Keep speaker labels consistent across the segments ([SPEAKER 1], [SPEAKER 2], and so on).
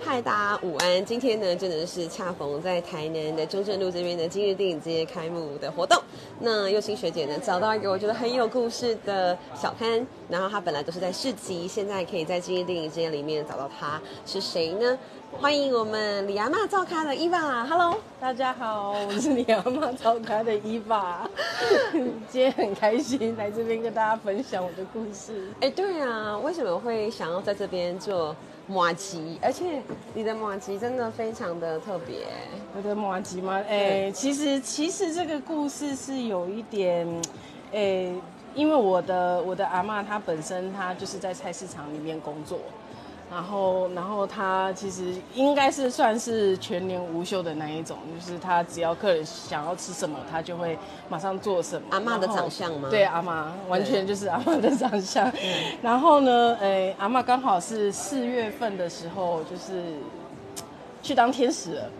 [SPEAKER 1] 嗨，大家午安！今天呢，真的是恰逢在台南的中正路这边的今日电影节开幕的活动。那幼青学姐呢，找到一个我觉得很有故事的小刊，然后它本来都是在市集，现在可以在今日电影节里面找到它是谁呢？欢迎我们李阿妈造咖的伊娃，Hello。
[SPEAKER 2] 大家好，我是你阿妈找她的伊爸，今天很开心来这边跟大家分享我的故事。
[SPEAKER 1] 哎，对啊，为什么会想要在这边做马吉？而且你的马吉真的非常的特别。
[SPEAKER 2] 我的马吉吗？哎、其实其实这个故事是有一点，哎、因为我的我的阿嬷她本身她就是在菜市场里面工作，然后然后她其实应该是算是全年无休的那一种，就是她只要客人想要吃什么，她就会马上做什么。
[SPEAKER 1] 阿嬷的
[SPEAKER 2] 然后
[SPEAKER 1] 长相吗嗯
[SPEAKER 2] 对，阿妈，完全就是阿妈的长相。然后呢，哎，阿妈刚好是四月份的时候，就是去当天使了，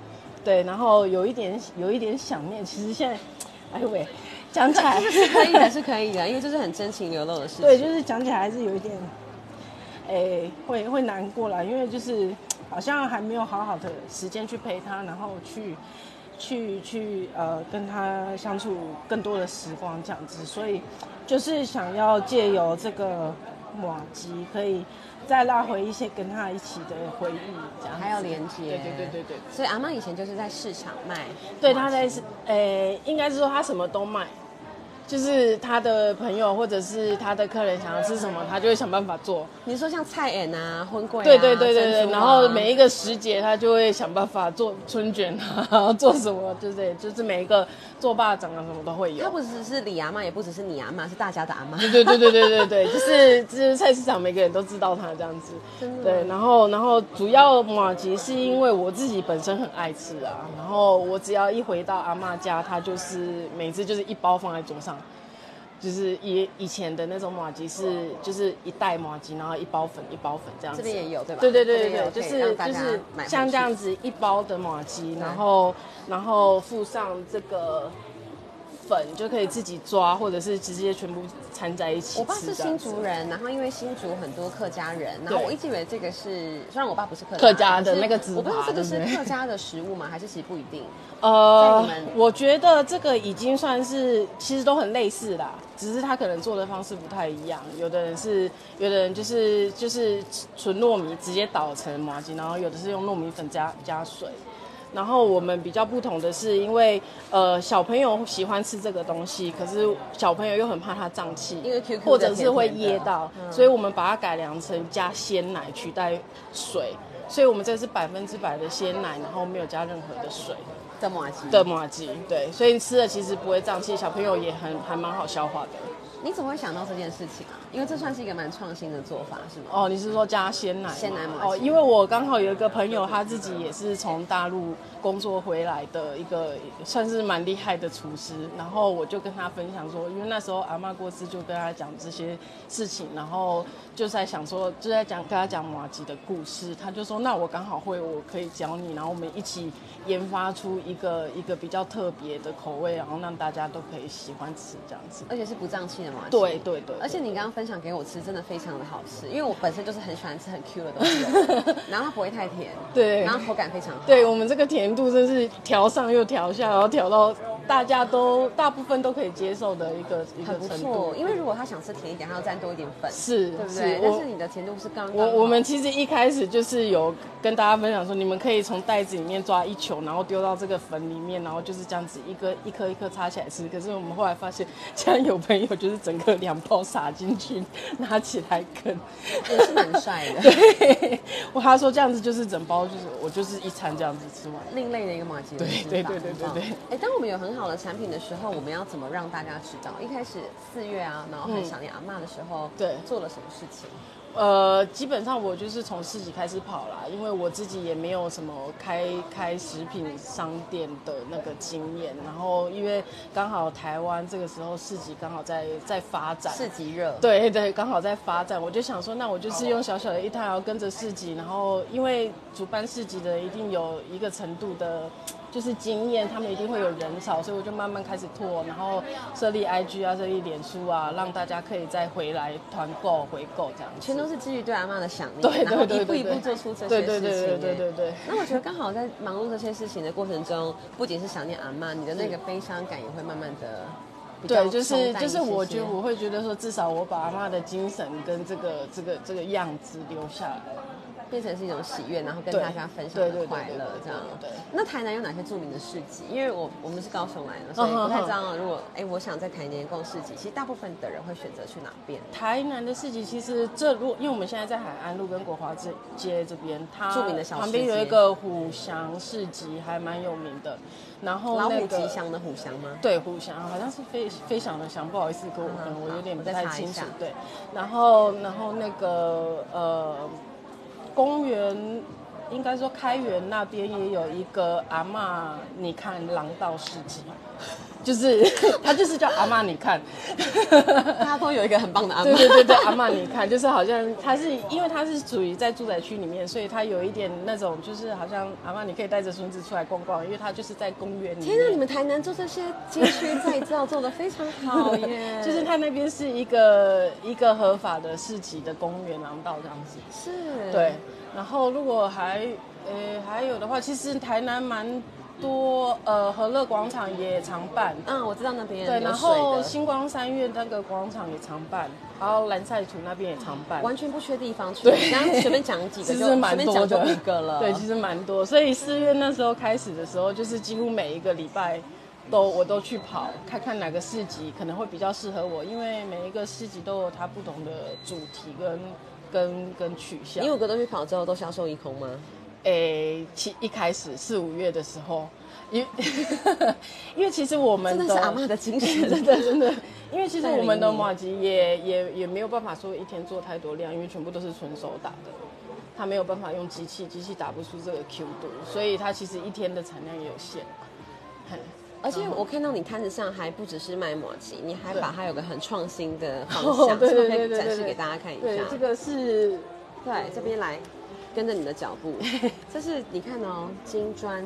[SPEAKER 2] 对，然后有一点有一点想念。其实现在， 哎呦喂，讲起来
[SPEAKER 1] 哎是可以的，是可以的，因为这是很真情流露的事情。
[SPEAKER 2] 对，就是讲起来还是有一点，哎，会会难过啦，因为就是好像还没有好好的时间去陪他，然后去去去呃跟他相处更多的时光这样子，所以就是想要借由这个马吉，可以再拉回一些跟他一起的回忆，这样子
[SPEAKER 1] 还有连接
[SPEAKER 2] 对对对对对。
[SPEAKER 1] 所以阿妈以前就是在市场卖，
[SPEAKER 2] 对，他在是，呃，应该是说他什么都卖，就是他的朋友或者是他的客人想要吃什么，他就会想办法做。
[SPEAKER 1] 你说像菜眼啊、荤桂啊，
[SPEAKER 2] 对对对对
[SPEAKER 1] 珍
[SPEAKER 2] 对，
[SPEAKER 1] 珠啊
[SPEAKER 2] 然后每一个时节他就会想办法做春卷啊， 做什么，对不对？就是每一个做霸掌啊什么都会有
[SPEAKER 1] 它。不只是李阿妈，也不只是你阿妈，是大家的阿妈。
[SPEAKER 2] 对对对对对对，就是就是菜市场每个人都知道他这样子，对，然后然后主要马吉是因为我自己本身很爱吃啊，然后我只要一回到阿嬷家，她就是每次就是一包放在桌上，就是以以前的那种马吉是就是一袋马吉，然后一包粉一包粉这样子，
[SPEAKER 1] 这边也有对吧？
[SPEAKER 2] 对对对
[SPEAKER 1] 这边
[SPEAKER 2] 对对，
[SPEAKER 1] 有
[SPEAKER 2] 就
[SPEAKER 1] 可以让
[SPEAKER 2] 是
[SPEAKER 1] 大
[SPEAKER 2] 就
[SPEAKER 1] 家
[SPEAKER 2] 是
[SPEAKER 1] 买回去
[SPEAKER 2] 像这样子一包的马吉，然后然后附上这个粉，就可以自己抓，或者是直接全部掺在一起
[SPEAKER 1] 我爸
[SPEAKER 2] 吃
[SPEAKER 1] 是
[SPEAKER 2] 这样
[SPEAKER 1] 新
[SPEAKER 2] 子。
[SPEAKER 1] 竹人，然后因为新竹很多客家人，然后
[SPEAKER 2] 对
[SPEAKER 1] 我一直以为这个是，虽然我爸不是客
[SPEAKER 2] 客家的
[SPEAKER 1] 可是
[SPEAKER 2] 那个糍粑
[SPEAKER 1] 我不知道这个是
[SPEAKER 2] 对不对
[SPEAKER 1] 客家的食物吗？还是其实不一定？在
[SPEAKER 2] 呃
[SPEAKER 1] 你们，
[SPEAKER 2] 我觉得这个已经算是其实都很类似啦，只是他可能做的方式不太一样。有的人是，有的人就是就是纯糯米直接捣成麻吉，然后有的是用糯米粉加加水。然后我们比较不同的是，因为呃小朋友喜欢吃这个东西，可是小朋友又很怕它胀气，
[SPEAKER 1] 因为 QQ 的嗯
[SPEAKER 2] 或者是会
[SPEAKER 1] 甜甜的
[SPEAKER 2] 噎到，所以我们把它改良成加鲜奶取代水。所以我们这是百分之百的鲜奶，然后没有加任何的水。
[SPEAKER 1] 的马吉
[SPEAKER 2] 的麻吉，对，所以你吃了其实不会胀气，小朋友也很还蛮好消化的。
[SPEAKER 1] 你怎么会想到这件事情啊？因为这算是一个蛮创新的做法，是吗？
[SPEAKER 2] 哦，你是说加鲜奶吗？
[SPEAKER 1] 鲜奶麻吉
[SPEAKER 2] 哦，因为我刚好有一个朋友，他自己也是从大陆工作回来的一个算是蛮厉害的厨师，然后我就跟他分享说，因为那时候阿嬷过世，就跟他讲这些事情，然后就在想说，就在讲跟他讲麻吉的故事，他就说那我刚好会，我可以教你，然后我们一起研发出一个一个比较特别的口味，然后让大家都可以喜欢吃这样子。
[SPEAKER 1] 而且是不胀气的马吉。
[SPEAKER 2] 对对对，
[SPEAKER 1] 而且你刚刚分享给我吃，真的非常的好吃，因为我本身就是很喜欢吃很 Q 的东西， 然后它不会太甜，
[SPEAKER 2] 对
[SPEAKER 1] 然后口感非常好。
[SPEAKER 2] 对我们这个甜度真是调上又调下，然后调到大家都大部分都可以接受的一个一
[SPEAKER 1] 很
[SPEAKER 2] 个
[SPEAKER 1] 不
[SPEAKER 2] 程度
[SPEAKER 1] 错，。因为如果他想吃甜一点，他要蘸多一点粉，
[SPEAKER 2] 是
[SPEAKER 1] 对不
[SPEAKER 2] 是
[SPEAKER 1] 对？但
[SPEAKER 2] 我
[SPEAKER 1] 是你的甜度是刚刚
[SPEAKER 2] 我
[SPEAKER 1] 好
[SPEAKER 2] 我们其实一开始就是有跟大家分享说，你们可以从袋子里面抓一球，然后丢到这个粉里面，然后就是这样子一个一颗一颗插起来吃。可是我们后来发现，竟然有朋友就是整个两包撒进去， 拿起来啃。
[SPEAKER 1] 也是蛮帅的，
[SPEAKER 2] 对，我他说这样子就是整包，就是我就是一餐这样子吃完。
[SPEAKER 1] 另类的一个马吉的吃法
[SPEAKER 2] 对对对对
[SPEAKER 1] 很棒
[SPEAKER 2] 对对
[SPEAKER 1] 哎，当我们有很好的产品的时候，我们要怎么让大家知道？一开始四月啊，然后很想念阿嬷的时候，
[SPEAKER 2] 对
[SPEAKER 1] 做了什么事情？
[SPEAKER 2] 呃，基本上我就是从市集开始跑啦，因为我自己也没有什么开开食品商店的那个经验，然后因为刚好台湾这个时候市集刚好在在发展，
[SPEAKER 1] 市集热，
[SPEAKER 2] 对对，刚好在发展，我就想说，那我就是用小小的一摊，然后跟着市集，然后因为主办市集的一定有一个程度的，就是经验，他们一定会有人潮，所以我就慢慢开始拓，然后设立 IG 啊，设立脸书啊，让大家可以再回来团购回购这样子。
[SPEAKER 1] 全都是基于对阿妈的想念，
[SPEAKER 2] 对对对
[SPEAKER 1] 然后一步
[SPEAKER 2] 对
[SPEAKER 1] 一步
[SPEAKER 2] 对
[SPEAKER 1] 做出这些
[SPEAKER 2] 对
[SPEAKER 1] 事情。
[SPEAKER 2] 对对对对
[SPEAKER 1] 哎
[SPEAKER 2] 对对
[SPEAKER 1] 那我觉得刚好在忙碌这些事情的过程中，不仅是想念阿妈，你的那个悲伤感也会慢慢的
[SPEAKER 2] 对，就是就是，我觉得我会觉得说，至少我把阿妈的精神跟这个这个这个样子留下来。
[SPEAKER 1] 变成是一种喜悦，然后跟
[SPEAKER 2] 对
[SPEAKER 1] 大家分享
[SPEAKER 2] 对对
[SPEAKER 1] 的
[SPEAKER 2] 对
[SPEAKER 1] 快
[SPEAKER 2] 对
[SPEAKER 1] 乐
[SPEAKER 2] 对
[SPEAKER 1] 这样。
[SPEAKER 2] 对对对
[SPEAKER 1] 那台南有哪些著名的市集？因为我我们是高雄来的，所以
[SPEAKER 2] 嗯哼
[SPEAKER 1] 不太
[SPEAKER 2] 哼
[SPEAKER 1] 知道。如果哎，我想在台南逛市集，其实大部分的人会选择去哪边？
[SPEAKER 2] 台南的市集其实这如果因为我们现在在海岸路跟国华街街这边，它
[SPEAKER 1] 著名的小吃
[SPEAKER 2] 旁边
[SPEAKER 1] 街
[SPEAKER 2] 有一个虎翔市集，还蛮有名的。然后、
[SPEAKER 1] 老
[SPEAKER 2] 哦那个、
[SPEAKER 1] 虎吉祥的虎祥吗？
[SPEAKER 2] 对，虎翔好像是飞飞翔的翔，不好意思，跟我
[SPEAKER 1] 嗯
[SPEAKER 2] 可能我
[SPEAKER 1] 好
[SPEAKER 2] 有点
[SPEAKER 1] 我
[SPEAKER 2] 不
[SPEAKER 1] 再
[SPEAKER 2] 太
[SPEAKER 1] 查一
[SPEAKER 2] 清
[SPEAKER 1] 下
[SPEAKER 2] 楚。对，然后然后那个呃，公园应该说开园那边也有一个阿嬷，你看狼道市集，就是 它就是叫阿嬷，你看。
[SPEAKER 1] 大家都有一个很棒的阿妈
[SPEAKER 2] 对。对对对，阿玛尼看就是好像它是因为它是属于在住宅区里面，所以它有一点那种就是好像阿玛尼可以带着孙子出来逛逛，因为它就是在公园里
[SPEAKER 1] 天哪，你
[SPEAKER 2] 面。
[SPEAKER 1] 们台南做这些街区再造做的非常好哦 耶！
[SPEAKER 2] 就是它那边是一个一个合法的市集的公园廊道这样子。
[SPEAKER 1] 是，
[SPEAKER 2] 对，然后如果还呃还有的话，其实台南蛮多呃和乐广场也常办，
[SPEAKER 1] 嗯，我知道那边
[SPEAKER 2] 对，
[SPEAKER 1] 流
[SPEAKER 2] 然
[SPEAKER 1] 水的
[SPEAKER 2] 后星光三月那个广场也常办，然后蓝晒图那边也常办。
[SPEAKER 1] 完全不缺地方去，对刚刚随便讲几个就
[SPEAKER 2] 其实
[SPEAKER 1] 随
[SPEAKER 2] 蛮
[SPEAKER 1] 便
[SPEAKER 2] 多
[SPEAKER 1] 讲就
[SPEAKER 2] 的，
[SPEAKER 1] 一个了，
[SPEAKER 2] 对，其实蛮多。所以四月那时候开始的时候，就是几乎每一个礼拜都我都去跑，看看哪个市集可能会比较适合我，因为每一个市集都有它不同的主题跟跟跟取向
[SPEAKER 1] 你。五个都去跑之后都销售一空吗？
[SPEAKER 2] 诶，其一开始四五月的时候，因 因为其实我们
[SPEAKER 1] 真
[SPEAKER 2] 的
[SPEAKER 1] 的是阿妈的 精神，
[SPEAKER 2] 真的真的，因为其实
[SPEAKER 1] 带领
[SPEAKER 2] 我们的
[SPEAKER 1] 你
[SPEAKER 2] 马吉也也也没有办法说一天做太多量，因为全部都是纯手打的，它没有办法用机器，机器打不出这个 Q 度，所以它其实一天的产量也有限。 嘿
[SPEAKER 1] 而且我看到你摊子上还不只是卖马吉，你还把它有个很创新的方
[SPEAKER 2] 哦
[SPEAKER 1] 向，
[SPEAKER 2] 对
[SPEAKER 1] 是不
[SPEAKER 2] 对
[SPEAKER 1] 是可
[SPEAKER 2] 对
[SPEAKER 1] 以
[SPEAKER 2] 对
[SPEAKER 1] 展
[SPEAKER 2] 对
[SPEAKER 1] 示
[SPEAKER 2] 对
[SPEAKER 1] 给大家看一
[SPEAKER 2] 对
[SPEAKER 1] 下，。
[SPEAKER 2] 这个 是
[SPEAKER 1] 对，这边来，跟着你的脚 步，这是你看哦，金砖，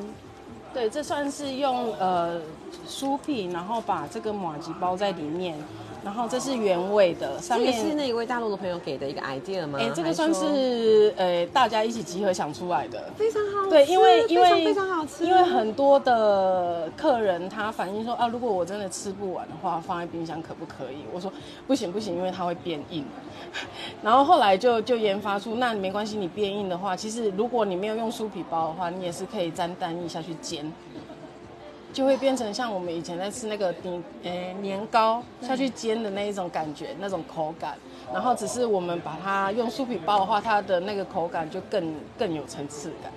[SPEAKER 2] 对，这算是用呃酥皮，然后把这个马吉包在里面，然后这是原味的，上
[SPEAKER 1] 这也
[SPEAKER 2] 面
[SPEAKER 1] 是那一位大陆的朋友给的一个 idea 吗？
[SPEAKER 2] 哎、这
[SPEAKER 1] 还
[SPEAKER 2] 个算
[SPEAKER 1] 说
[SPEAKER 2] 是呃大家一起集合想出来的。
[SPEAKER 1] 非常好吃，
[SPEAKER 2] 对，因为
[SPEAKER 1] 非
[SPEAKER 2] 因
[SPEAKER 1] 常
[SPEAKER 2] 为
[SPEAKER 1] 非常好吃，
[SPEAKER 2] 因为很多的客人他反映说啊，如果我真的吃不完的话，放在冰箱可不可以？我说不行不行，因为它会变硬。然后后来就就研发出，那没关系，你变硬的话，其实如果你没有用酥皮包的话，你也是可以沾蛋液下去煎，就会变成像我们以前在吃那个年诶年糕下去煎的那一种感觉，那种口感。然后只是我们把它用酥皮包的话，它的那个口感就更更有层次感。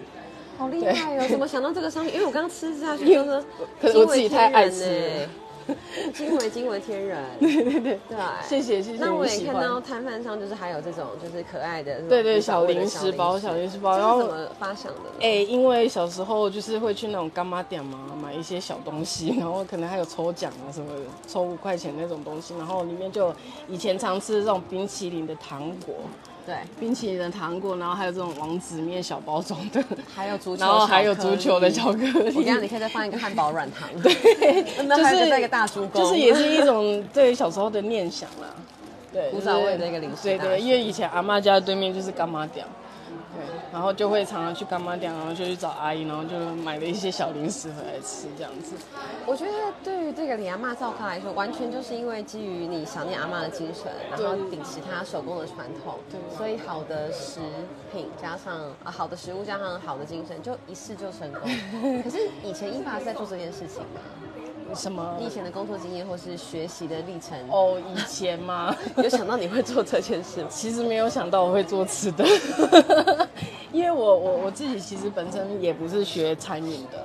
[SPEAKER 1] 好厉害哦！怎么想到这个商品？因为我刚刚吃下去，
[SPEAKER 2] 因为
[SPEAKER 1] 真的
[SPEAKER 2] 可能我自己太爱吃
[SPEAKER 1] 惊为天人呢，惊为惊为天 人。
[SPEAKER 2] 对对对
[SPEAKER 1] 对，
[SPEAKER 2] 谢谢谢谢。
[SPEAKER 1] 那我
[SPEAKER 2] 你
[SPEAKER 1] 也
[SPEAKER 2] 喜
[SPEAKER 1] 看
[SPEAKER 2] 欢
[SPEAKER 1] 到摊贩上就是还有这种就是可爱的，
[SPEAKER 2] 对对小零食包、小
[SPEAKER 1] 零
[SPEAKER 2] 零食
[SPEAKER 1] 这
[SPEAKER 2] 包，然
[SPEAKER 1] 是怎
[SPEAKER 2] 后
[SPEAKER 1] 么发想的呢？
[SPEAKER 2] 哎、因为小时候就是会去那种干妈店嘛，买一些小东西，然后可能还有抽奖啊什么的，抽五块钱那种东西，然后里面就有以前常吃的这种冰淇淋的糖果，
[SPEAKER 1] 对，
[SPEAKER 2] 冰淇淋的糖果，然后还有这种王子面小包装的，
[SPEAKER 1] 还有足球，
[SPEAKER 2] 然后还有足球的巧克力
[SPEAKER 1] 我跟你讲，你可以再放一个汉堡软 糖， 那还有再一个大猪公，
[SPEAKER 2] 就是也是一种对小时候的念想 啦。对，
[SPEAKER 1] 古
[SPEAKER 2] 就是
[SPEAKER 1] 早味的一个零食
[SPEAKER 2] 对
[SPEAKER 1] 大学
[SPEAKER 2] 对，因为以前阿妈家对面就是干妈店，对，然后就会常常去干妈店，然后就去找阿姨，然后就买了一些小零食回来吃，这样子。
[SPEAKER 1] 我觉得对于这个李阿嬷造咖来说，完全就是因为基于你想念阿嬷的精神，然后秉持她手工的传统，
[SPEAKER 2] 对
[SPEAKER 1] 所以好的食品加上啊好的食物加上好的精神，就一试就成 功。可是以前英法是在做这件事情吗？
[SPEAKER 2] 什么
[SPEAKER 1] 你？以前的工作经验或是学习的历程，
[SPEAKER 2] 哦，以前嘛，
[SPEAKER 1] 有想到你会做这件 事吗？
[SPEAKER 2] 其实没有想到我会做吃的， 因为我我我自己其实本身也不是学餐饮的，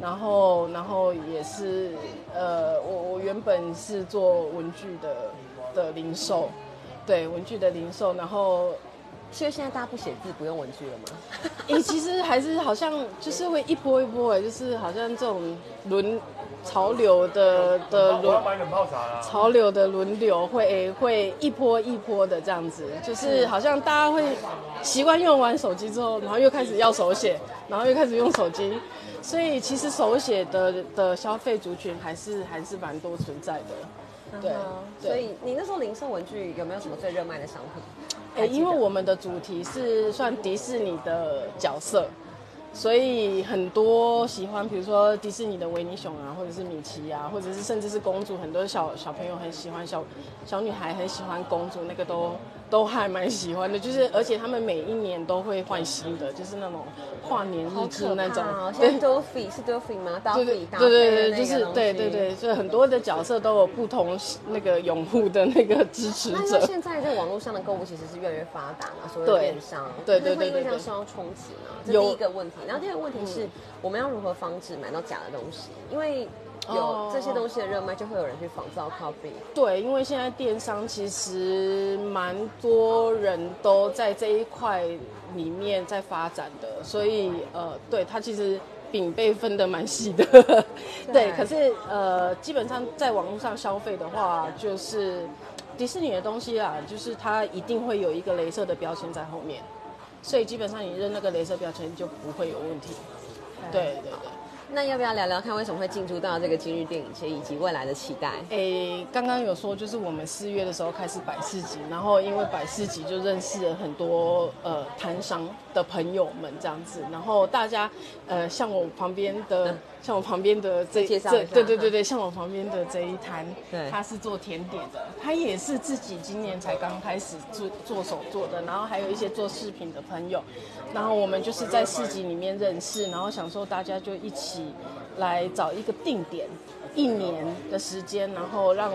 [SPEAKER 2] 然后然后也是呃，我我原本是做文具的的零售，对文具的零售，然后
[SPEAKER 1] 是因为现在大家不写字不用文具了吗？
[SPEAKER 2] 你其实还是好像就是会一波一波，欸就是好像这种轮潮流的的
[SPEAKER 3] 我
[SPEAKER 2] 轮
[SPEAKER 3] 要买冷泡茶啦。
[SPEAKER 2] 潮流的轮流会会一波一波的这样子，就是好像大家会习惯用完手机之后，然后又开始要手写，然后又开始用手机，所以其实手写的的消费族群还是还是蛮多存在的。 对
[SPEAKER 1] 嗯哼
[SPEAKER 2] 对
[SPEAKER 1] 所以你那时候零售文具有没有什么最热卖的商品？
[SPEAKER 2] 诶，因为我们的主题是算迪士尼的角色，所以很多喜欢，比如说迪士尼的维尼熊啊，或者是米奇啊，或者是甚至是公主，很多小小朋友很喜欢小小女孩很喜欢公主，那个都都还蛮喜欢的。就是呃而且他们每一年都会换新的，就是那种跨年日志那种，
[SPEAKER 1] 哦，
[SPEAKER 2] 对
[SPEAKER 1] 像 Duffy 是 Duffy 吗？
[SPEAKER 2] 对
[SPEAKER 1] 对
[SPEAKER 2] 对对对对，就是对对对，所以很多的角色都有不同那个拥护的那个支持
[SPEAKER 1] 那因
[SPEAKER 2] 者
[SPEAKER 1] 为。现在这个网络上的购物其实是越来越发达嘛，所谓
[SPEAKER 2] 对
[SPEAKER 1] 的电商，
[SPEAKER 2] 对
[SPEAKER 1] 那
[SPEAKER 2] 对
[SPEAKER 1] 会
[SPEAKER 2] 对
[SPEAKER 1] 因为
[SPEAKER 2] 对
[SPEAKER 1] 这样
[SPEAKER 2] 对
[SPEAKER 1] 受到冲击嘛，这是
[SPEAKER 2] 有嗯
[SPEAKER 1] 第一个问题。然后第二个问题是，我们要如何防止买到假的东西？因为有
[SPEAKER 2] 哦
[SPEAKER 1] 这些东西的热卖，就会有人去仿造 copy。
[SPEAKER 2] 对，因为现在电商其实蛮多人都在这一块里面在发展的，所以呃，对它其实饼被分得蛮细的，对。可是呃，基本上在网络上消费的话，就是迪士尼的东西啦，就是它一定会有一个镭射的标签在后面，所以基本上你认那个镭射标签就不会有问题。对对对。
[SPEAKER 1] 那要不要聊聊看为什么会进驻到这个今日电影节，以及未来的期待？
[SPEAKER 2] 诶，刚刚有说就是我们四月的时候开始摆市集，然后因为摆市集就认识了很多呃摊商的朋友们这样子，然后大家呃像我旁边的，像我旁边的这
[SPEAKER 1] 介
[SPEAKER 2] 这
[SPEAKER 1] 绍一下
[SPEAKER 2] 对对对对，像我旁边的这一摊，
[SPEAKER 1] 对
[SPEAKER 2] 他是做甜点的，他也是自己今年才刚开始做做手做的，然后还有一些做饰品的朋友，然后我们就是在市集里面认识，然后想说大家就一起来找一个定点，一年的时间，然后让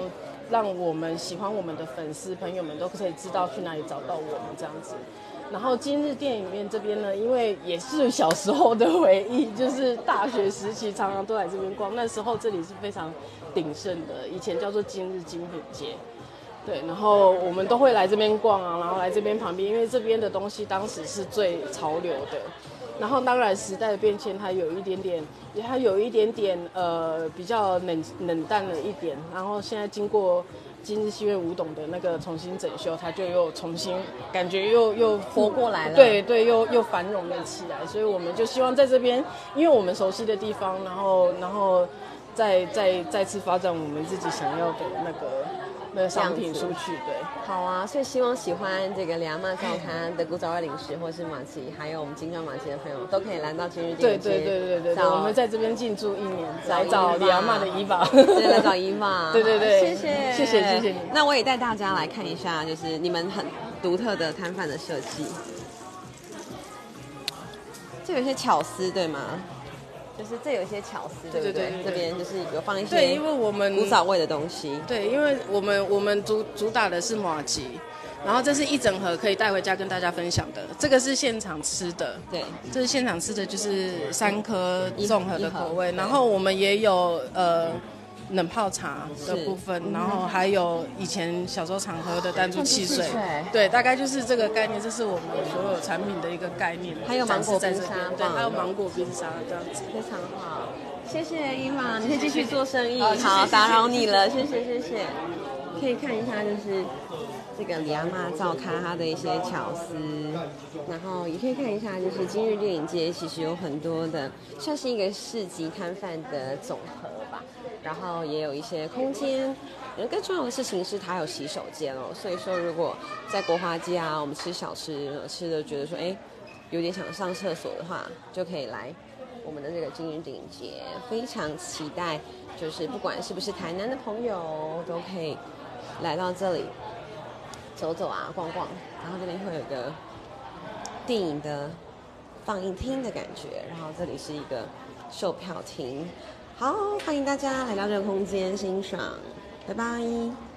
[SPEAKER 2] 让我们喜欢我们的粉丝朋友们都可以知道去哪里找到我们这样子。然后今日电影院这边呢，因为也是小时候的回忆，就是大学时期常常都来这边逛，那时候这里是非常鼎盛的，以前叫做今日精品街。对，然后我们都会来这边逛啊，然后来这边旁边，因为这边的东西当时是最潮流的。然后当然时代的变迁，它有一点点，它有一点点呃比较冷冷淡了一点。然后现在经过今日戏院吴董的那个重新整修，它就又重新感觉又又
[SPEAKER 1] 活过来了
[SPEAKER 2] 嗯对对，又又繁荣了起来。所以我们就希望在这边，因为我们熟悉的地方，然后然后再再再次发展我们自己想要的那个那个商品出去。对，
[SPEAKER 1] 好啊，所以希望喜欢这个梁曼照刊的古早味零食，或是马吉，还有我们金砖马吉的朋友，都可以来到今日电
[SPEAKER 2] 对
[SPEAKER 1] 影节。
[SPEAKER 2] 对对对对对，
[SPEAKER 1] 找
[SPEAKER 2] 我们在这边进驻一年，
[SPEAKER 1] 找
[SPEAKER 2] 来
[SPEAKER 1] 伊
[SPEAKER 2] 找
[SPEAKER 1] 娃
[SPEAKER 2] 李阿妈的伊 娃，
[SPEAKER 1] 对，来找伊玛。
[SPEAKER 2] 对对对
[SPEAKER 1] 谢谢，
[SPEAKER 2] 谢谢谢谢你
[SPEAKER 1] 那我也带大家来看一下，就是你们很独特的摊贩的设计。这有一些巧思，对吗？就是这有一些巧思，对不
[SPEAKER 2] 对对对对
[SPEAKER 1] 这边就是有放一些
[SPEAKER 2] 对，因为我们
[SPEAKER 1] 古早味的东西。
[SPEAKER 2] 对，因为我们我们主主打的是马吉，然后这是一整盒可以带回家跟大家分享的，这个是现场吃的，
[SPEAKER 1] 对，
[SPEAKER 2] 这是现场吃的，就是三颗
[SPEAKER 1] 一
[SPEAKER 2] 综合
[SPEAKER 1] 一
[SPEAKER 2] 的
[SPEAKER 1] 盒
[SPEAKER 2] 口味，
[SPEAKER 1] 对
[SPEAKER 2] 然后我们也有呃冷泡茶的
[SPEAKER 1] 是
[SPEAKER 2] 部分，然后还有以前小时候常喝的弹珠汽水
[SPEAKER 1] 弹珠汽水，
[SPEAKER 2] 对，大概就是这个概念，这是我们所有产品的一个概念。
[SPEAKER 1] 还有
[SPEAKER 2] 展示
[SPEAKER 1] 芒果
[SPEAKER 2] 在
[SPEAKER 1] 冰
[SPEAKER 2] 这边
[SPEAKER 1] 沙
[SPEAKER 2] 对，
[SPEAKER 1] 棒
[SPEAKER 2] 还有芒果冰沙这样子。
[SPEAKER 1] 非常好，谢谢伊玛，你可以继续做生意。
[SPEAKER 2] 好谢谢
[SPEAKER 1] 好，
[SPEAKER 2] 谢谢
[SPEAKER 1] 打扰你了，谢谢谢谢。可以看一下，就是这个李阿妈照咖它的一些巧思，然后也可以看一下，就是今日电影街其实有很多的，算是一个市集摊贩的总和吧。然后也有一些空间，嗯更重要的事情是它有洗手间哦。所以说，如果在国华街啊，我们吃小吃呃吃的觉得说，哎，有点想上厕所的话，就可以来我们的这个今日电影节，非常期待，就是不管是不是台南的朋友，都可以来到这里走走啊，逛逛，然后这边会有一个电影的放映厅的感觉，然后这里是一个售票厅。好，欢迎大家来到这个空间欣赏，拜拜。